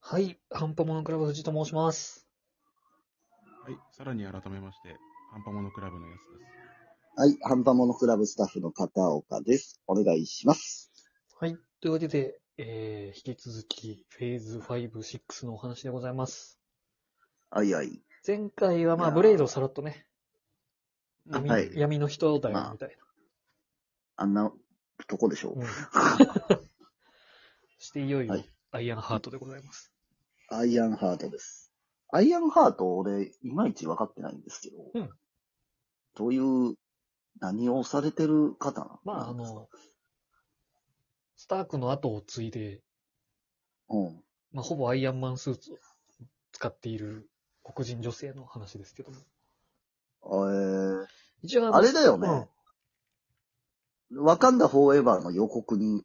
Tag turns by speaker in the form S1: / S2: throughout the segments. S1: はい、ハンパモノクラブ藤井と申します。
S2: はい、さらに改めまして、ハンパモノクラブのやつです。
S3: はい、ハンパモノクラブスタッフの片岡です。お願いします。
S1: はい、というわけで、えー、引き続き、フェーズ5、6のお話でございます。
S3: はいはい。
S1: 前回は、まあ、
S3: いやー
S1: ブレイドをさらっとね、
S3: あ
S1: 闇,、
S3: はい
S1: 闇の人だよ、みたい
S3: あんなとこでしょ
S1: な。う
S3: う。
S1: ん、 して、いよいよ、
S3: はい
S1: アイアンハートでございます。
S3: アイアンハートです。アイアンハート、俺、いまいち分かってないんですけど。
S1: うん
S3: どういう、何をされてる方なの
S1: まあ、あ、の、スタークの後を継いで、
S3: うん。
S1: まあ、ほぼアイアンマンスーツを使っている黒人女性の話ですけども。
S3: え
S1: 一応
S3: ー、
S1: の
S3: あれだよ
S1: うん
S3: ね。ワカンダフォーエバーの予告に、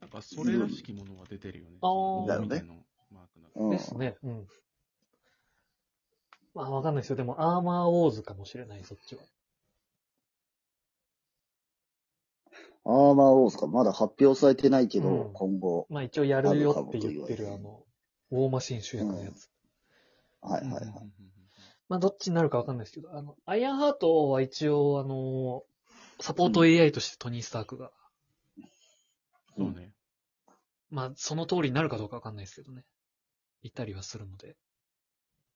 S2: なんか、それらしきものは出てるよね。
S1: あー
S2: 棒みたいなマークな
S3: うん、
S1: ですね。うん。まあ、わかんないですよ。でも、アーマーウォーズかもしれない、そっちは。
S3: アーマーオースか、まだ発表されてないけど、
S1: うん
S3: 今後。
S1: まあ、一応やるよって言って
S3: ある
S1: る、あ
S3: か
S1: の、ウォーマシン主役のやつ。
S3: はいはいはい。
S2: うんうん
S1: まあ、どっちになるかわかんないですけど、あの、アイアンハートは一応、あの、サポート AI としてトニー・スタークが、
S2: うんうんそうね。
S1: まあ、その通りになるかどうかわかんないですけどね。いたりはするので。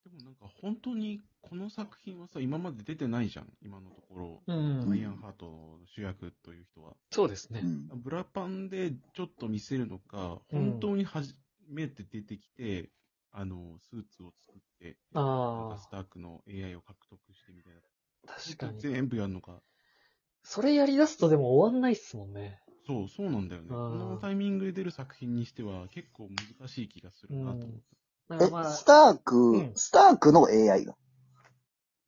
S2: でもなんか、本当に、この作品はさ、今まで出てないじゃん、今のとこ
S1: う
S2: ろ。
S1: ん
S2: アイアンハートの主役という人は。
S1: そうですね
S3: う。ん
S2: ブラパンでちょっと見せるのか、
S1: うん
S2: 本当に初めて出てきて、あの、スーツを作って、なん
S1: あ
S2: かスタークの AI を獲得してみたいな。
S1: あ、確かに。
S2: 全部やるのか。
S1: それやり出すとでも終わんないっすもんね。
S2: そう、そうなんだよね。
S1: あ
S2: こ
S1: ー
S2: のタイミングで出る作品にしては結構難しい気がするなと思っ
S1: だか
S3: え
S1: ら、まあ
S3: ス、ターク、
S1: うん
S3: スタークの AI が。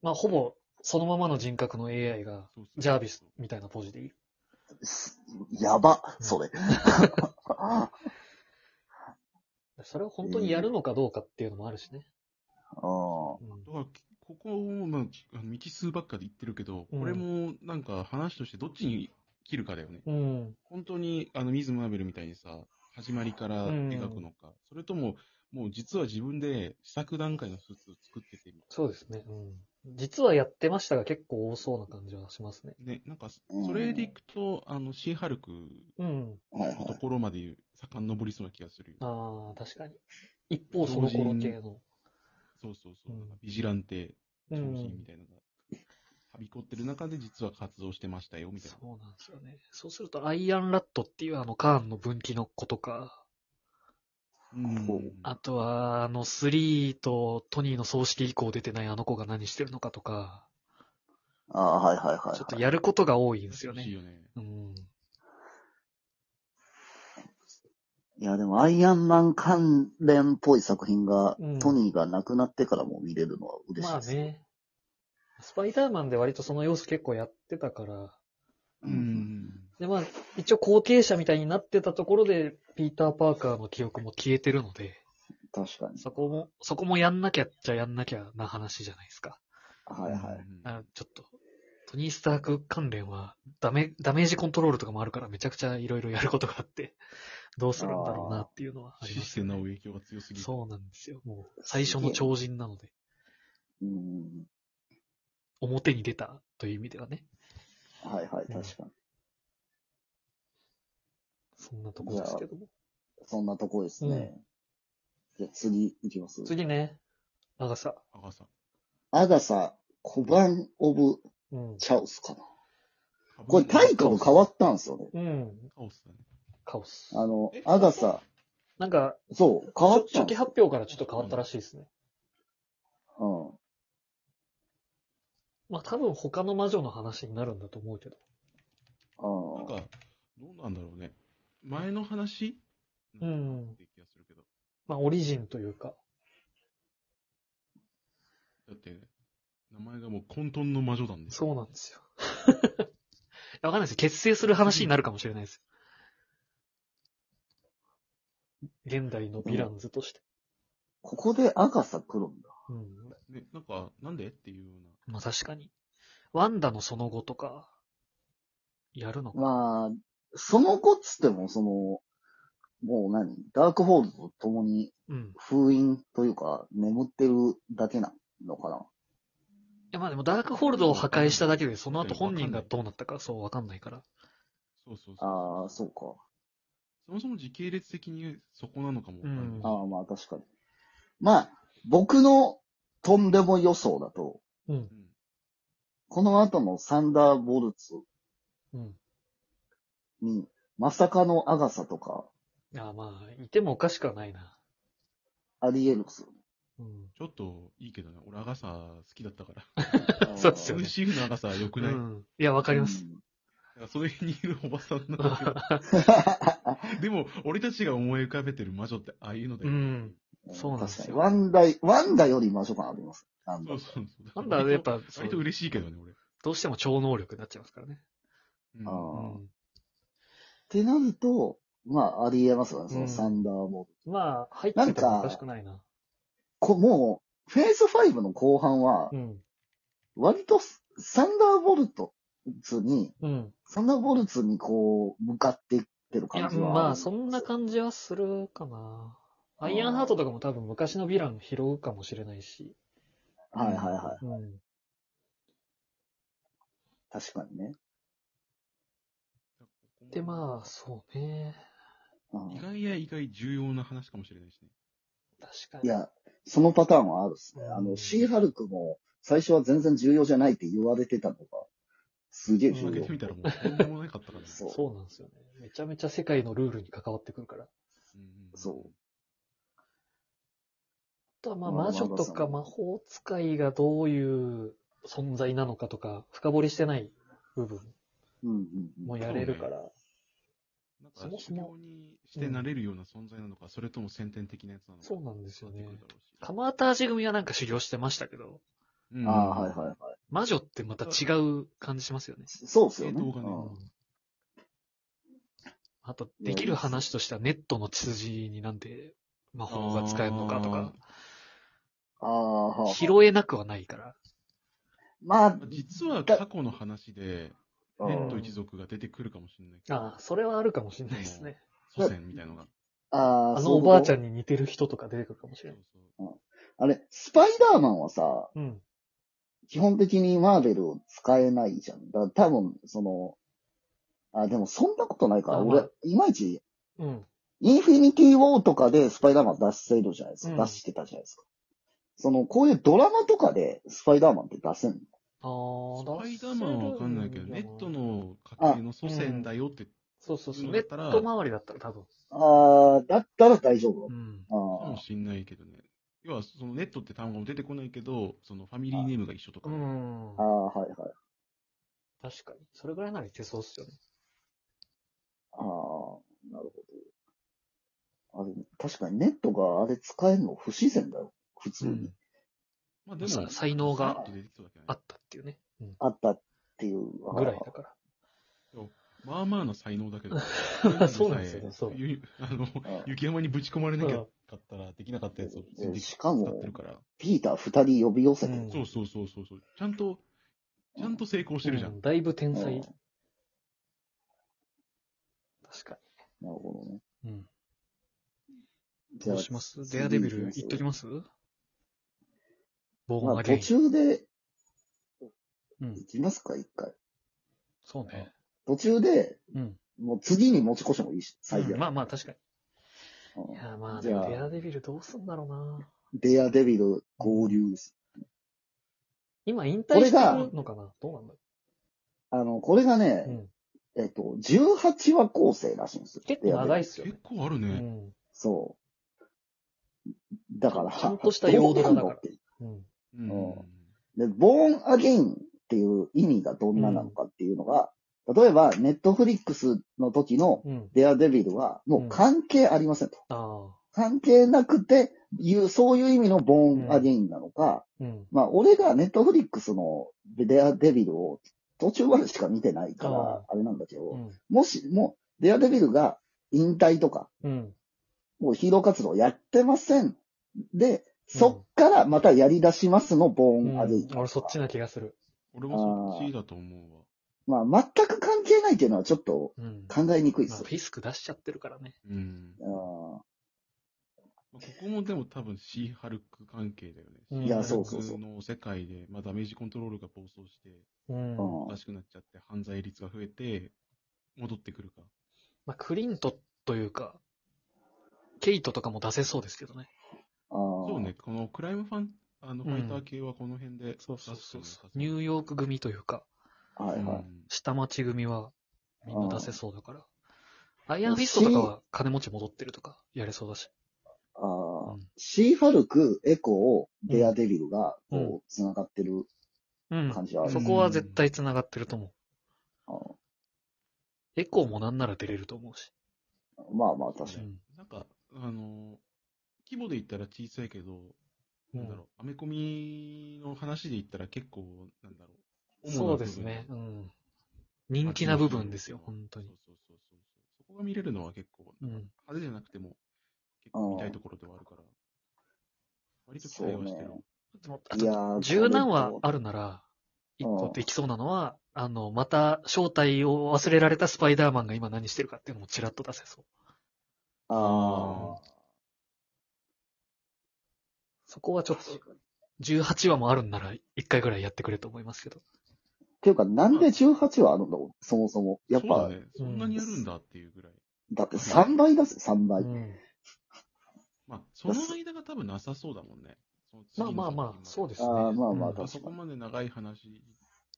S1: まあ、ほぼ、そのままの人格の AI が、
S2: た。そうそう
S1: ジャービスみたいなポジでいる。
S3: すやば、そ れ。
S1: それを本当にやるのかどうかっていうのもあるしね。
S3: うん
S1: うん
S2: だから、ここを、まあ、あの未知数ばっかで言ってるけど、
S1: うん
S2: これもなんか話としてどっちに切るかだよね。
S1: うん。
S2: 本当に、あの、ミズ・マーベルみたいにさ、始まりから描くのか、それとも、もう実は自分で試作段階のスーツを作ってて、
S1: そうですね。うん。実はやってましたが結構多そうな感じはしますね。
S2: ね、なんか、
S3: うん
S2: それでいくと、あの、シーハルク
S1: うん。
S3: はい
S2: のところまで遡りそうな気がするよ。
S1: ああ、確かに。一方その頃系の。
S2: そうそうそうう。
S1: ん
S2: なんかビジランテ
S1: う
S2: 商品
S1: ん
S2: み。たいなのが、はびこってる中で実は活動してましたよ、みたい
S1: そ
S2: な。
S1: うなんですよね。そうすると、アイアンラットっていうあのカーンの分岐の子とか、
S2: うん
S3: ほう
S1: あとは、あの、スリーとトニーの葬式以降出てないあの子が何してるのかとか、
S3: ああ、はいはいはいはい。
S1: ちょっとやることが多いんですよ
S2: 欲しい
S1: ね。
S2: よね。
S1: うん。
S3: いや、でも、アイアンマン関連っぽい作品が、
S1: うん
S3: トニーが亡くなってからも見れるのは嬉しい
S1: まあ
S3: です。
S1: ね。スパイダーマンで割とその要素結構やってたから、
S2: う
S3: うん
S2: ん。
S1: で、まあ、一応後継者みたいになってたところで、ピーター・パーカーの記憶も消えてるので、
S3: 確かに。
S1: そこも、そこもやんなきゃっちゃやんなきゃな話じゃないですか。
S3: はいは
S2: うん
S3: い。
S1: あのちょっと、トニー・スターク関連は、ダメ、ダメージコントロールとかもあるから、めちゃくちゃいろいろやることがあって、どうするんだろうなっていうのはあり
S2: シ
S1: ま
S2: ス
S1: す
S2: テ
S1: よ
S2: ムの
S1: ね。
S2: 影響が強すぎる。
S1: そうなんですよ。もう、最初の超人なので、
S3: うん。
S1: 表に出たという意味ではね、
S3: はいはい、
S1: うん
S3: 確かに。
S1: そんなところですけども。
S3: そんなとこですね。じゃあ次いきます。
S1: 次ね、アガサ。
S2: アガサ。
S3: アガサ、コバン・オブ・
S1: うん。
S3: チャオスかな。これタイトル変わったんですよね。
S1: うん。
S2: カオスだね。
S1: カオス。
S3: あの
S2: え、
S3: アガサ、
S1: なんか、
S3: そう、変わっ
S1: 初
S3: たん
S1: 初期
S3: です
S1: 発表からちょっと変わったらしいですね。
S3: うん。
S1: まあ多分他の魔女の話になるんだと思うけど。
S2: なん
S3: あ
S2: か、どうなんだろうね。前の話
S1: うん
S2: って気がするけど。
S1: まあオリジンというか。
S2: だって、名前がもう混沌の魔女団で。
S1: そうなんですよ。 いやわかんないですよ。結成する話になるかもしれないですよ。現代のヴィランズとして。
S3: ここでアガサ来るんだ。
S1: うん。
S2: ね、なんか、なんでっていうような。
S1: まあ確かに。ワンダのその後とか、やるのか。
S3: まあ、その後っつっても、その、もう何ダークホールドと共に
S1: うん。
S3: 封印というか、眠ってるだけなのかな。
S1: いや、まあでもダークホールドを破壊しただけで、その後本人がどうなったか、そうわかんないから。
S2: そうそうそう。
S3: ああ、そうか。
S2: そもそも時系列的にそこなのかもわかんない。
S3: ああ、まあ確かに。まあ、僕のとんでも予想だと、
S1: うん。
S2: うん
S3: この後のサンダーボルツ
S1: うん。
S3: に、まさかのアガサとか、
S1: いや、まあ、いてもおかしくはないな。
S3: あり得るっすよね。
S1: うん。
S2: ちょっといいけどね、俺、アガサ好きだったか ら。
S1: そうっすよね
S2: MCF のアガサ良くない、だ
S1: うん、いや、わかります。
S2: からその辺にいるおばさんなんだけど。でも、俺たちが思い浮かべてる魔女ってああいうのだ
S1: う
S2: よ。
S1: ん。
S3: う ん。
S1: そうなんですよ
S3: 確かにワンダイ、ワンダより魔女感あります。なんだ
S2: そうそうそう。
S1: なんだ、やっぱ、そう
S2: 割と嬉しいけどね、俺。
S1: どうしても超能力になっちゃいますからね。
S2: うん
S3: あ
S1: う
S3: あ
S1: ん。
S3: ってなると、まあ、あり得ますよね、そ
S1: うん
S3: のサンダーボルツ。
S1: まあ、入っててもおかしくないな。
S3: こもう、フェーズ5の後半は
S1: う、ん。
S3: 割とサンダーボルトツに、
S1: うん。
S3: サンダーボルツにこう、向かっていってる
S1: いや、
S3: 感じは。
S1: まあ、そんな感じはするかな。アイアンハートとかも多分昔のヴィラン拾うかもしれないし。
S3: はいはいはい。
S1: うん。
S3: 確かにね。
S1: で、まあ、そうね。
S3: うん
S2: 意外や意外重要な話かもしれないしね。
S1: 確か
S3: い
S1: に。
S3: や、そのパターンはあるっすね。
S1: うん
S3: あの、シーハルクも、最初は全然重要じゃないって言われてたのが、すげえ重
S2: 負け
S3: 要
S2: て。みたらもうとんでもなかったからね。
S3: そう
S1: そうなんですよね。めちゃめちゃ世界のルールに関わってくるから。あ
S2: うんうん
S3: そ
S1: とはまあ
S3: まあ
S1: 魔女とか魔法使いがどういう存在なのかとか、深掘りしてない部分
S3: うんうんう
S1: も
S3: ん。
S1: やれるから。
S2: なん
S1: そ
S2: か
S1: も、そ
S2: 修
S1: も
S2: 行にしてなれるような存在なのか、それとも先天的なやつなのか。
S1: そうなんですよね
S2: 変わってくるだろうし
S1: カマータージ組はなんか修行してましたけど、
S2: うん
S3: ああ、はいはいはい。
S1: 魔女ってまた違う感じしますよね。
S3: そうっすよね。
S2: 正当がね
S3: うん
S1: あと、できる話としてはネットの血筋になんで魔法が使えるのかとか、
S3: ああ、はあ。
S1: 拾えなくはないから。
S3: まあ
S2: まあ、実は過去の話で、
S3: う
S2: レッド
S3: ん
S2: 一族が出てくるかもしれないけど、
S1: ああ、それはあるかもしれないですね。
S2: 祖先みたいのが。
S3: あ
S1: あ
S3: あ
S1: のおばあちゃ
S3: ん。
S1: んに似てる人とか出てくるかもし
S2: そ
S1: れ
S2: う
S1: ない。
S2: そう
S3: あれ、スパイダーマンはさ、
S1: うん。
S3: 基本的にマーベルを使えないじゃん。だ多分、その、あ、でもそんなことないから、
S1: あま
S3: 俺
S1: あ、
S3: いまいち、
S1: うん。
S3: インフィニティウォーとかでスパイダーマン出せるじゃないですか。
S1: うん
S3: 出してたじゃないですか。その、こういうドラマとかでスパイダーマンって出せんの
S1: ああ、
S2: スパイダーマンはわかんないけど、ネット。の家系の祖先だよって、
S1: そうそうそう。
S2: うん
S1: ネット周りだったら多分。
S3: あー、だったら大丈
S1: う。
S3: 夫
S1: ん。
S2: か
S3: あ
S2: もしんないけどね。要は、そのネットって単語も出てこないけど、そのファミリーネームが一緒とか。
S1: うん
S3: ーあー、。はいはい。
S1: 確かに。それぐらいならいけそうっすよね。
S3: ああ、なるほど。あれ、確かにネットがあれ使えるの不自然だよ。普通に。
S1: うん
S2: まあで
S1: で
S2: も、
S1: も、才能
S2: さら
S1: が
S2: っと出てきそうだけどね
S1: あったっていうね。うん。
S3: あったっていう。
S1: ぐらいだから。。
S2: まあまあの才能だけど
S1: そうなんですよねそう
S2: ゆ あの、
S3: あ
S2: 雪山にぶち込まれなきゃかったら、できなかったやつを普通
S3: で
S2: に
S3: し
S2: 使
S3: かも
S2: ってるから。
S3: ピーター二人呼び寄せてる。
S1: うん
S2: そうそうそうそうそう。ちゃんと、ちゃんと成功してるじゃ。
S1: うんだいぶ天
S3: うん
S1: 才。確か
S3: なるほどね。
S1: に。うん。
S3: じゃ
S1: ど
S3: あ
S1: うしますデアデビル行っときますボー
S3: ま
S1: ン
S3: あ
S1: アゲイ
S3: 途
S1: ン。
S3: 中で
S1: うん。
S3: 行きますか、一回。
S1: そうね。
S3: 途中で、
S1: うん。
S3: もう次に持ち越してもいいし、最悪。
S1: うんまあまあ確か
S3: うん
S1: に。いやまあ、
S3: じ
S1: で
S3: ゃ
S1: も
S3: あ
S1: デアデビルどうすんだろうな。
S3: デアデビル合流です。
S1: 今引退してるのかなどうなんだろ
S3: あの、これがね
S1: う、うん。
S3: えっと、18話構成らしいんですよ。
S1: 結構長い
S3: い。
S1: っすよね
S2: 結。構あるね。
S1: うん。
S3: そう。だから、
S1: ちゃんとした洋ドラだから
S3: どうなんのって
S1: うん。
S2: うん
S3: うんで、ボーンアゲインっていう意味がどんななのかっていうのが、例えば、ネットフリックスの時の
S1: うん。
S3: デアデビルは、もう関係ありませんと。
S1: ああ。
S3: 関係なくて、いう、そういう意味のボーンアゲインなのか、
S1: うん。
S3: まあ、俺がネットフリックスのデアデビルを途中までしか見てないか
S1: あ
S3: ら、あれなんだけど、
S1: うん。
S3: もし、もう、デアデビルが引退とか、
S1: うん。
S3: もうヒーロー活動やってません。で、そっからまたやり出しますの、ボーンアゲイン。
S1: 俺そっちな気がする。
S2: 俺もそっちだと思うわ。
S3: まあ、全く関係ないっていうのはちょっと
S1: うん。まあ、
S3: 考えにくいですよ。
S1: リスク出しちゃってるからね。
S2: うん。
S3: うん
S2: まあここもでも多分シーハルク関係だよね。
S1: うん
S2: シーハルク
S1: いやそう
S3: そうそう
S2: の世界で、まあ、ダメージコントロールが暴走して、
S1: うん。
S3: うん
S2: おかしくなっちゃって、犯罪率が増えて、戻ってくるか。
S1: まあ、クリントというか、ケイトとかも出せそうですけどね。
S3: あ
S2: そ
S3: そう
S2: ね、。このクライムファン、あの、
S1: う
S2: フ
S1: ん
S2: ァイター系はこの辺で、
S1: ニュ
S2: ー
S1: ーヨーク組というか、
S3: はいはい。
S1: 下町組はみんな出せそうだから。アイアンフィストとかは金持ち戻ってるとか、やれそうだし。
S3: ああ
S1: うん
S3: シーファルク、エコー、デアデビルが、
S1: うん
S3: こう、繋がってる
S1: うん。
S3: 感じはある。
S1: そこは絶対繋がってると思う。
S3: あ
S1: エコーもなんなら出れると思うし。
S3: あまあまあ、確か
S1: う
S3: に。
S1: ん。
S2: なんか、あの、規模で言ったら小さいけど、
S1: うん
S2: なんだろう、アメコミの話で言ったら結構、なんだろう、主な
S1: そう
S2: 部
S1: で
S2: 分
S1: すね。うん。人気な部分ですよ、本当に。
S2: そうそうそうそう。そこが見れるのは結構、
S1: う
S2: なんんか派手じゃなくても、結構見たいところではあるから、割と期待はしてる
S3: そう。
S1: でもあ
S3: いや
S1: と、
S3: ー
S1: 十何話
S3: これ
S1: あるなら、一個できそうなのは、あの、また正体を忘れられたスパイダーマンが今何してるかっていうのもちらっと出せそう。
S3: あ
S1: そこはち
S3: あ。
S1: ょっと、18話もあるんなら、一回ぐらいやってくれと思いますけど。
S3: っていうか、なんで18はあるんだろうそもそも。やっ
S2: そうだ
S3: ぱ、
S2: ね、そんなにやるんだっていうぐらい。
S3: だって3倍出す、3倍。
S1: うん
S2: まあ、その間が多分なさそうだもんね。その次
S1: まあまあ
S2: の作品
S1: まあ
S2: で、
S1: そうですね。
S3: ああ、まあまあ、
S1: うん
S2: まあ
S3: 確
S2: そ
S3: か
S2: こ
S3: に。
S2: まで長い話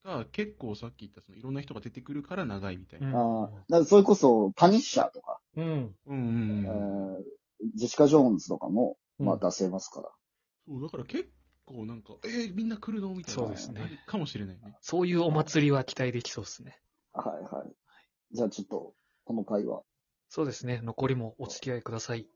S2: が結構さっき言ったそのいろんな人が出てくるから長いみたい
S1: うん
S2: な。
S3: ああ、だからそれこそ、パニッシャーとか、
S1: うん。
S2: うんうん
S3: え
S2: うん。
S3: ージェシカ・ジョーンズとかも、
S1: うん
S3: まあ出せますから。
S2: そう、だから結構なんか、えー、みんな来るのみたいな。
S1: そうですね
S2: なるかもしれないね。
S1: そういうお祭りは期待できそうですね。
S3: はいはい。じゃあちょっと、この回は、
S1: そうですね。残りもお付き合いください。